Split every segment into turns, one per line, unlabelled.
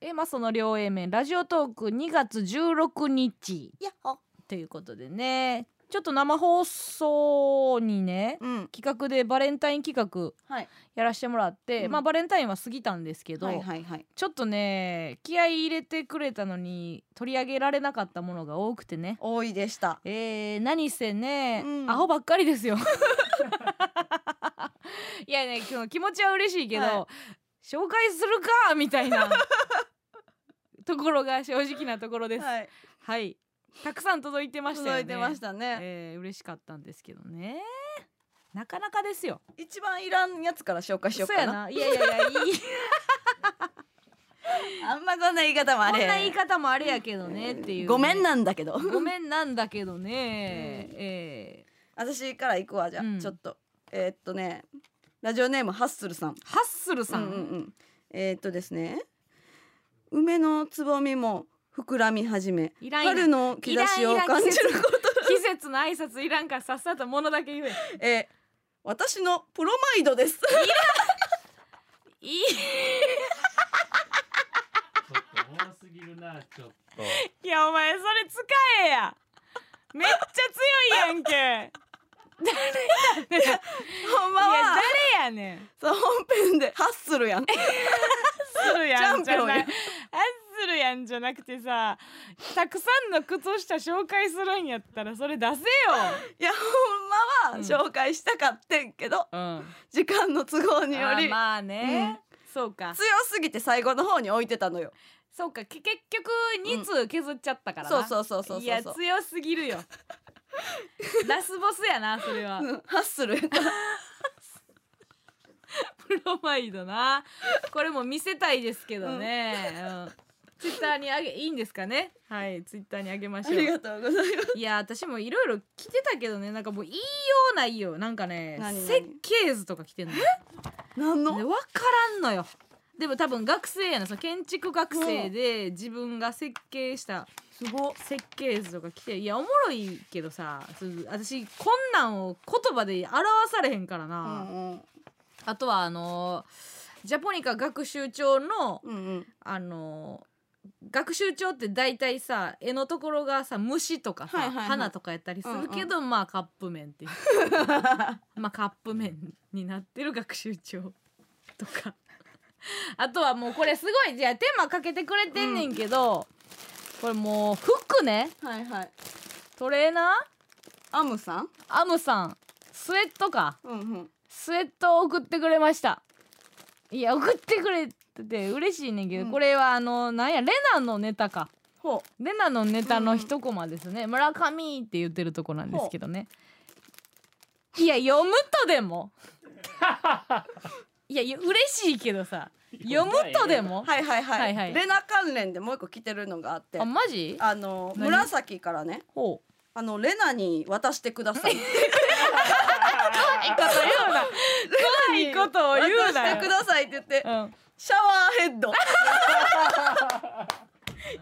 えまあその両 A 面ラジオトーク2月16日
やっほ
ということでねちょっと生放送にね
うん
企画でバレンタイン企画
はい
やらしてもらって、
うん
まあバレンタインは過ぎたんですけど、
はいはいはい
ちょっとね気合い入れてくれたのに取り上げられなかったものが多くてね
多いでした
えー、何せね、
うん
アホばっかりですよ いやねその気持ちは嬉しいけど、
は
紹介するかみたい なところが正直なところですはい、
はい
たくさん届いてましたよ
届
ね
いてましたね
えー、嬉しかったんですけどねなかなかですよ
一番いらんやつから紹介しよう
そう
か
や
な
ないやいやいやいい
あんまこんな言い方 もあ
こ
れ
んな言い方もあれやけどねっていう
ごめんなんだけど
ごめんなんだけどね、え
私から行くわじゃあ、
うん
ちょっとえーっとねラジオネームハッスルさん
ー、ハッスルさん、
うんうんうん、えーっとですね梅のつぼみも膨らみ始め
いらんいらん
春の兆しを感じること
季節の挨拶いらんからさっさとものだけ言え
えー私のプロマイドです
いい
ちょっと多すぎるな、ちょっと。
いやお前それ使えやめっちゃ強いやんけ誰やねん
ほんま
い
は
や誰やねん
そう本編でハッスルやん
するやんじ
チ
ゃ
ャンピオン
な
や
いあするやんじゃなくてさたくさんの靴下紹介するんやったらそれ出せよ
いやほんまは紹介したかってんけど、
うん
時間の都合により、
まあね、そうか
強すぎて最後の方に置いてたのよ
そうかけ結局2通削っちゃったからな、
そうそうそうそうそうそう
いや強すぎ るよラスボスやなそれは
うんハッスルやった
プロマイドなこれも見せたいですけどね、うんツイッターにあげいいんですかねはいツイッターにあげまし
あ
ょ
り
う
がとうございます
いや私もいろいろ着てたけどねなんかもう言いようないよなんかね
何々
設計図とか着てんので
何の
分からんのよでも多分学生やなその建築学生で自分が設計した
すご
設計図とか着ていやおもろいけどさそう私こんなんを言葉で表されへんから
う
な、
んうん
あとはあのージャポニカ学習帳の、
うん うん
あのー学習帳って大体さ絵のところがさ虫とかさ、
はいはいはい
花とかやったりするけど、まあカップ麺っていうまあカップ麺になってる学習帳とか あとはもうこれすごいじゃあ手間かけてくれてんねんけど、これもう服ね
はいはい
トレーナー
アムさん
アムさんスウェットか
うんうん
スウェットを送ってくれましたいや送ってくれてて嬉しいねんけど、
うん
これはあのなんやレナのネタか
ほ
レナのネタの一コマですね、村上って言ってるとこなんですけどねいや読むとでもいやよ嬉しいけどさ読むとでも
う、はいはいはい、
はいはい
レナ関連でもう一個来てるのがあって
あマジ
あの
何
紫からね
ほう
あのレナに渡してください
怖いこと言うな怖いことを言う
渡
な
してくださいって言って
よ、うん
シャワー ヘッド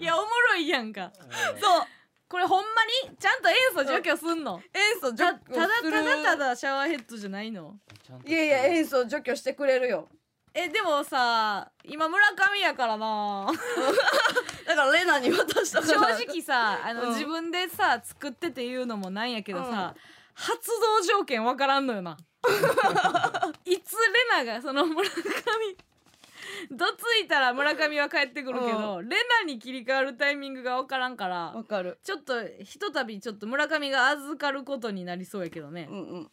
いやおもろいやんか
そう
これほんまにちゃんと塩素除去すんの
塩素除
た
去
ただ
す
た
る
だただシャワーヘッドじゃないの
いやいや塩素除去してくれるよ
えでもさ今村上やからな
だからレナに渡 したか
正
ら
直さあの、
うん
自分でさ作ってて言うのもなんやけどさ、発動条件わからんのよな いつレナがその村上どついたら村上は帰ってくるけど、レナに切り替わるタイミングがわからんから
わかる
ちょっとひとたびちょっと村上が預かることになりそうやけどね
う、んうん
うん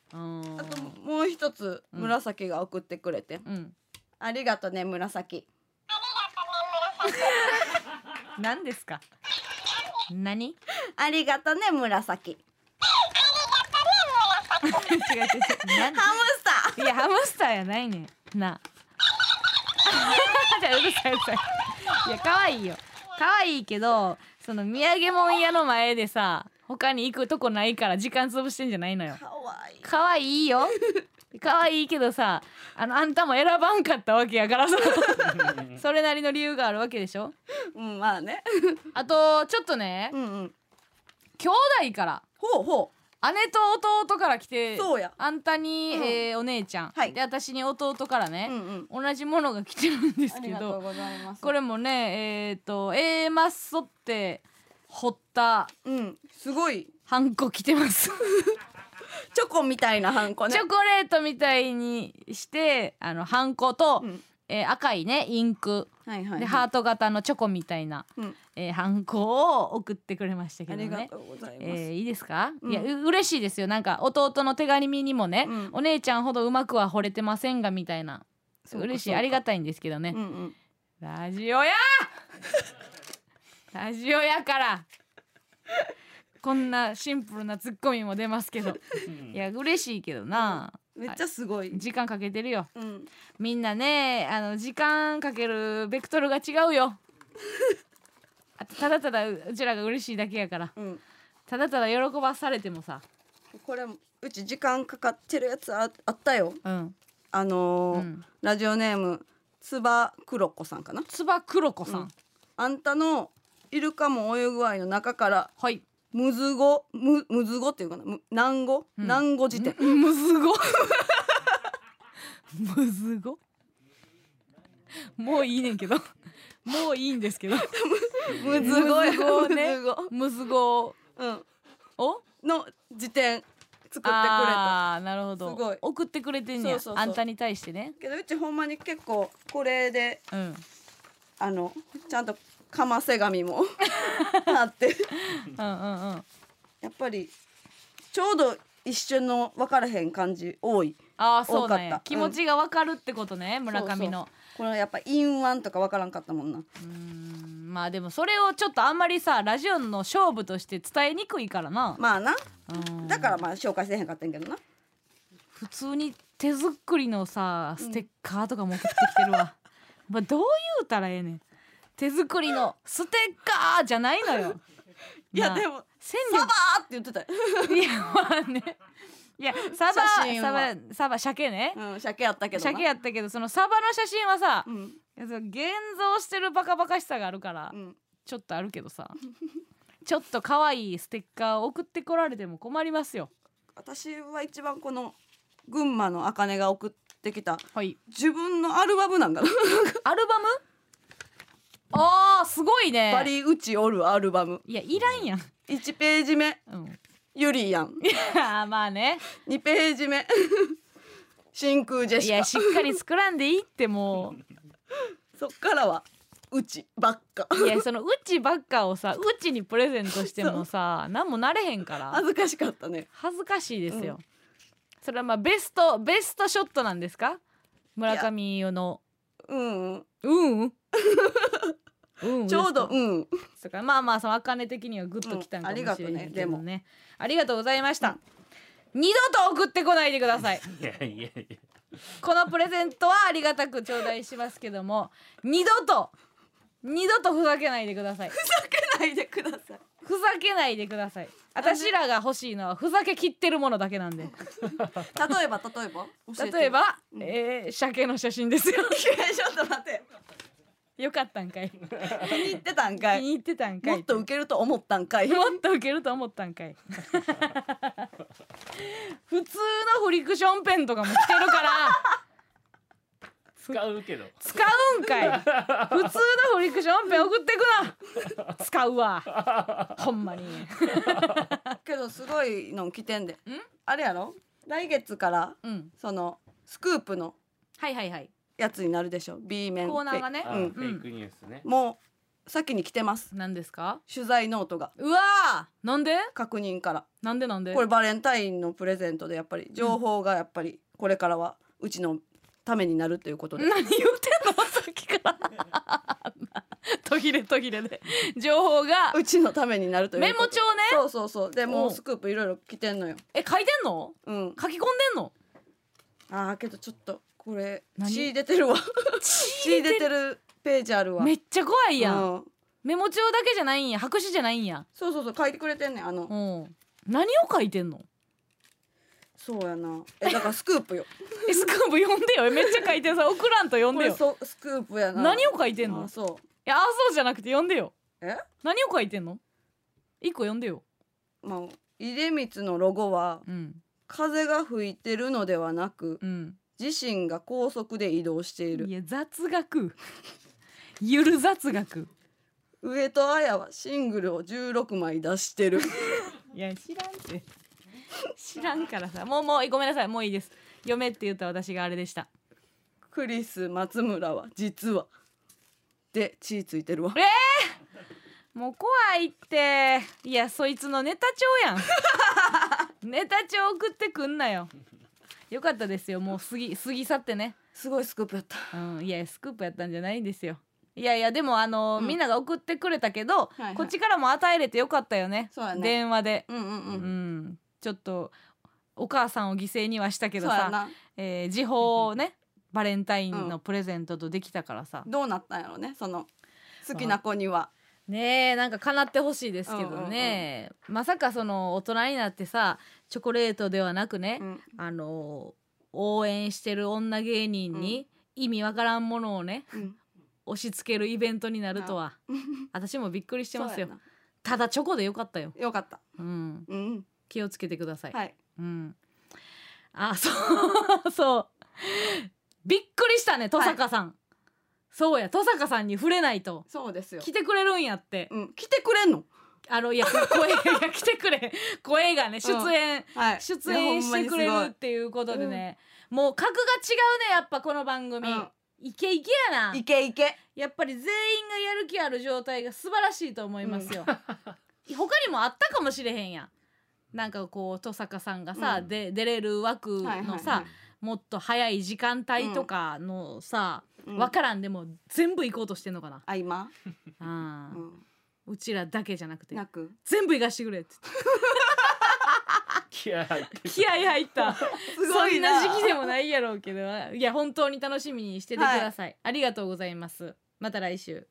あともう一つ紫が送ってくれて、
うん
ありがとね紫
何ですか 何
ありがとね紫
違う違う違うなん
ハムスター
いやハムスターやないねんな あじゃあうるさいうるさいいや可愛いよ可愛いけどその土産物屋の前でさ他に行くとこないから時間潰してんじゃないのよ
かわいい
可愛いよ可愛いけどさあのあんたも選ばんかったわけやからさそれなりの理由があるわけでしょ
うんまあね
あとちょっとね
うんうん
兄弟から
ほうほ
姉と弟から来て
そうや
あんたに、
うん
えーお姉ちゃん、
はい
で私に弟から
うん
ね、
うん
同じものが来てるんです
あ
け
りがとう
ど
ございます
これもねえっ、と A マッソって掘った
うんすごい
ハンコ来てます、
チョコみたいなハンコね
チョコレートみたいにしてあのハンコと、
うん
えー赤いねインク
はいはい
でハート型のチョコみたいな、
うん
えー、ハンコを送ってくれましたけ
あ
ど
りが
ね。
とうございます、
えー、いいですか、
うん
いやう嬉しいですよなんか弟の手紙にもね、
うん
お姉ちゃんほどうまくは惚れてませんがみたいな
そうか
嬉し
そう
い
か
ありがたいんですけどね、
うんうん
ラジオやラジオやからこんなシンプルなツッコミも出ますけどいや嬉しいけどな、
めっちゃすごい、
時間かけてるよ
うん
みんなねあの時間かけるベクトルが違うよあとただただううちらが嬉しいだけやから
うん
ただただ喜ばされてもさ
これもうち時間かかってるやつああったよ
うん、
あの
う
ー
ん、
ラジオネームつばくろこさんかな
つばくろこさん、
うんあんたのイルカも泳ぐ愛の中から
はい
むずごむむずごっていうかなむ南語
うん
南 語辞典、
むずごむずごもういいねんけどもういいんですけど
むずごや
むずごね
むずご
むずご
うん
を
の辞典作ってくれた
ああーなるほど
すごい
送ってくれてんねや
そうそうそう
あんたに対してね
けどうちほんまに結構これで
うん
あのちゃんとかませ 紙もあって
うんうんうん
やっぱりちょうど一瞬の分からへん感じ多い
ああそうなん
多か
や
った
気持ちがわかるってことね、村上の
これやっぱインワンとか分からんかったもんな
うーんまあでもそれをちょっとあんまりさラジオの勝負として伝えにくいからな、
まあな
うん
だからまあ紹介せえへんかったんやけどな
普通に手作りのさステッカーとかも送ってきてるわ、 まあどう言うたらええねん手作りのステッカーじゃないのよ
いや
なあ
でも
戦
サバーって言ってたよ
力いやまあねいやサ
写
バ
真
サ
は
バサバ鮭ね、
うん、鮭やったけどな。
鮭やったけどそのサバの写真はさ、
うん、
いやその現像してるバカバカしさがあるから、
うん、
ちょっとあるけどさちょっと可愛いステッカー送ってこられても困りますよ
私は一番この群馬の茜が送ってきた
はい
自分のアルバムなんかな、
アルバムあーすごいね
バリうちおるアルバム
いやいらんやん、
1ページ目
うん、い
ゆりやん
やま あね
2ページ目 真空ジェ
い
シ
や
カ
しっかり作らんでいいっても
そっからはうちばっか
ういやそのうちばっかをさうちにプレゼントしてもさ何もなれへんから
恥ずかしかったね
恥ずかしいですよ、それはまあベストベストショットなんですか村上の
うん、
うんうん。うん
ちょう
ですか
どうん
とかまあまあその茜的にはグッときたんかもしれないけど
うんありがとうねでも
ね。ありがとうございました。二度と送ってこないでください。
いやいやいや
このプレゼントはありがたく頂戴しますけども、二度と二度とふざけないでください。
出ないでください
ふざけないでください。私らが欲しいのはふざけ切ってるものだけなんで。
例えば例えば教て
例えば、
うん
えー、鮭の写真ですよ。
いやちょっと待って
よかったんかい。
気に入ってたん
気
かい
に入ってたんかい。
もっと受けると思ったんかい
もっと受けると思ったんかい普通のフリクションペンとかも来てるから
使うけど
使うんかい普通のフリクションペン送ってくな使うわほんまに
けどすごいの来てんであれやろ来月から
うん
そのスクープの
はいはいはい
やつになるでしょ B 面
コーナーがね
あ
うん
ーフェイクニュースね
もう先に来てます
何ですか
取材ノートが
うわーなんで
確認から
なんでなんで
これバレンタインのプレゼントでやっぱり情報がやっぱりこれからはうちのためになるということで、
何言うてんのさっきから 途切れ途切れで情報が
うちのためになるという
メモ
こと
帳ね
そうそうそうでも
お
う
う
スクープいろいろ来てんのよ
え書いてんの
うん
書き込んでんの
ああけどちょっとこれ
何
血出 てるわ血出
る
てるページあるわ
めっちゃ怖いやん
うん
メモ帳だけじゃないんや白紙じゃないんや
そうそうそう書いてくれてんねんあの、
うん何を書いてんの
そうやなえだから スクープよ
えスクープ読んでよめっちゃ書いてさ送らんと読ん
こ
で
れ
よ
そスクープやな
何
を
を書いてんのい
そ
やあそうじゃなくて読んでよ
え
何を書いてんの一個読んでよ
うまあ出光のロゴは
うん
風が吹いてるのではなく
うん
自身が高速で移動している
いや雑学 ゆる雑学
上戸彩はシングルを16枚出し てる
いや知らんって知らんからさもうもうごめんなさいもういいです嫁って言った私があれでした
クリス松村は実はで血ついてるわ
もう怖いっていやそいつのネタ帳や んネタ帳送ってくんなよよかったですよもう過ぎ過ぎ去ってね
すごいスクープやった
うんいやスクープやったんじゃないんですよいやいやでもあのー
うん
みんなが送ってくれたけど、
いはい
こっちからも与えれてよかったよね
そうやね
電話で、
うんうんう
うん
ん
ちょっとお母さんを犠牲にはしたけ
そ
ど
うや
さ、
な
えー時報をねバレンタインのプレゼントとできたからさ、
どうなったんやろねその好きな子には
ねえなんか叶ってほしいですけどね、まさかその大人になってさチョコレートではなくね、
うん
あの応援してる女芸人に意味わからんものをね
うん
押し付けるイベントになるとは、私もびっくりしてますよ
そうや
ただチョコでよかったよ、
なよかった
うん、
うん
気をつけてください、
はい
うん、あそうそう びっくりしたね登坂さん、そうや登坂さんに触れないと
そうですよ
来てくれるんやって
うん来てくれんの
あのいや声が来てくれ 声がね出演、
はい
出演してくれるっていうことでね、もう格が違うねやっぱこの番組、
うん
イケイケやない
けいけ
やっぱり全員がやる気ある状態が素晴らしいと思いますよ、 他にもあったかもしれへんやんなんかこう登坂さんがさ、
うん
で出れる枠のさ、
はいはい
さ
は
もっと早い時間帯とかのさ、
う
わ
ん
からんでも全部行こうとしてんのかな、
あ今
あ
う
ー
ん
うちらだけじゃなくて
なく
全部行かしてくれ って
気合入ってる
気合入った
すごいな
そんな時期でもないやろうけどいや本当に楽しみにしててください、ありがとうございますまた来週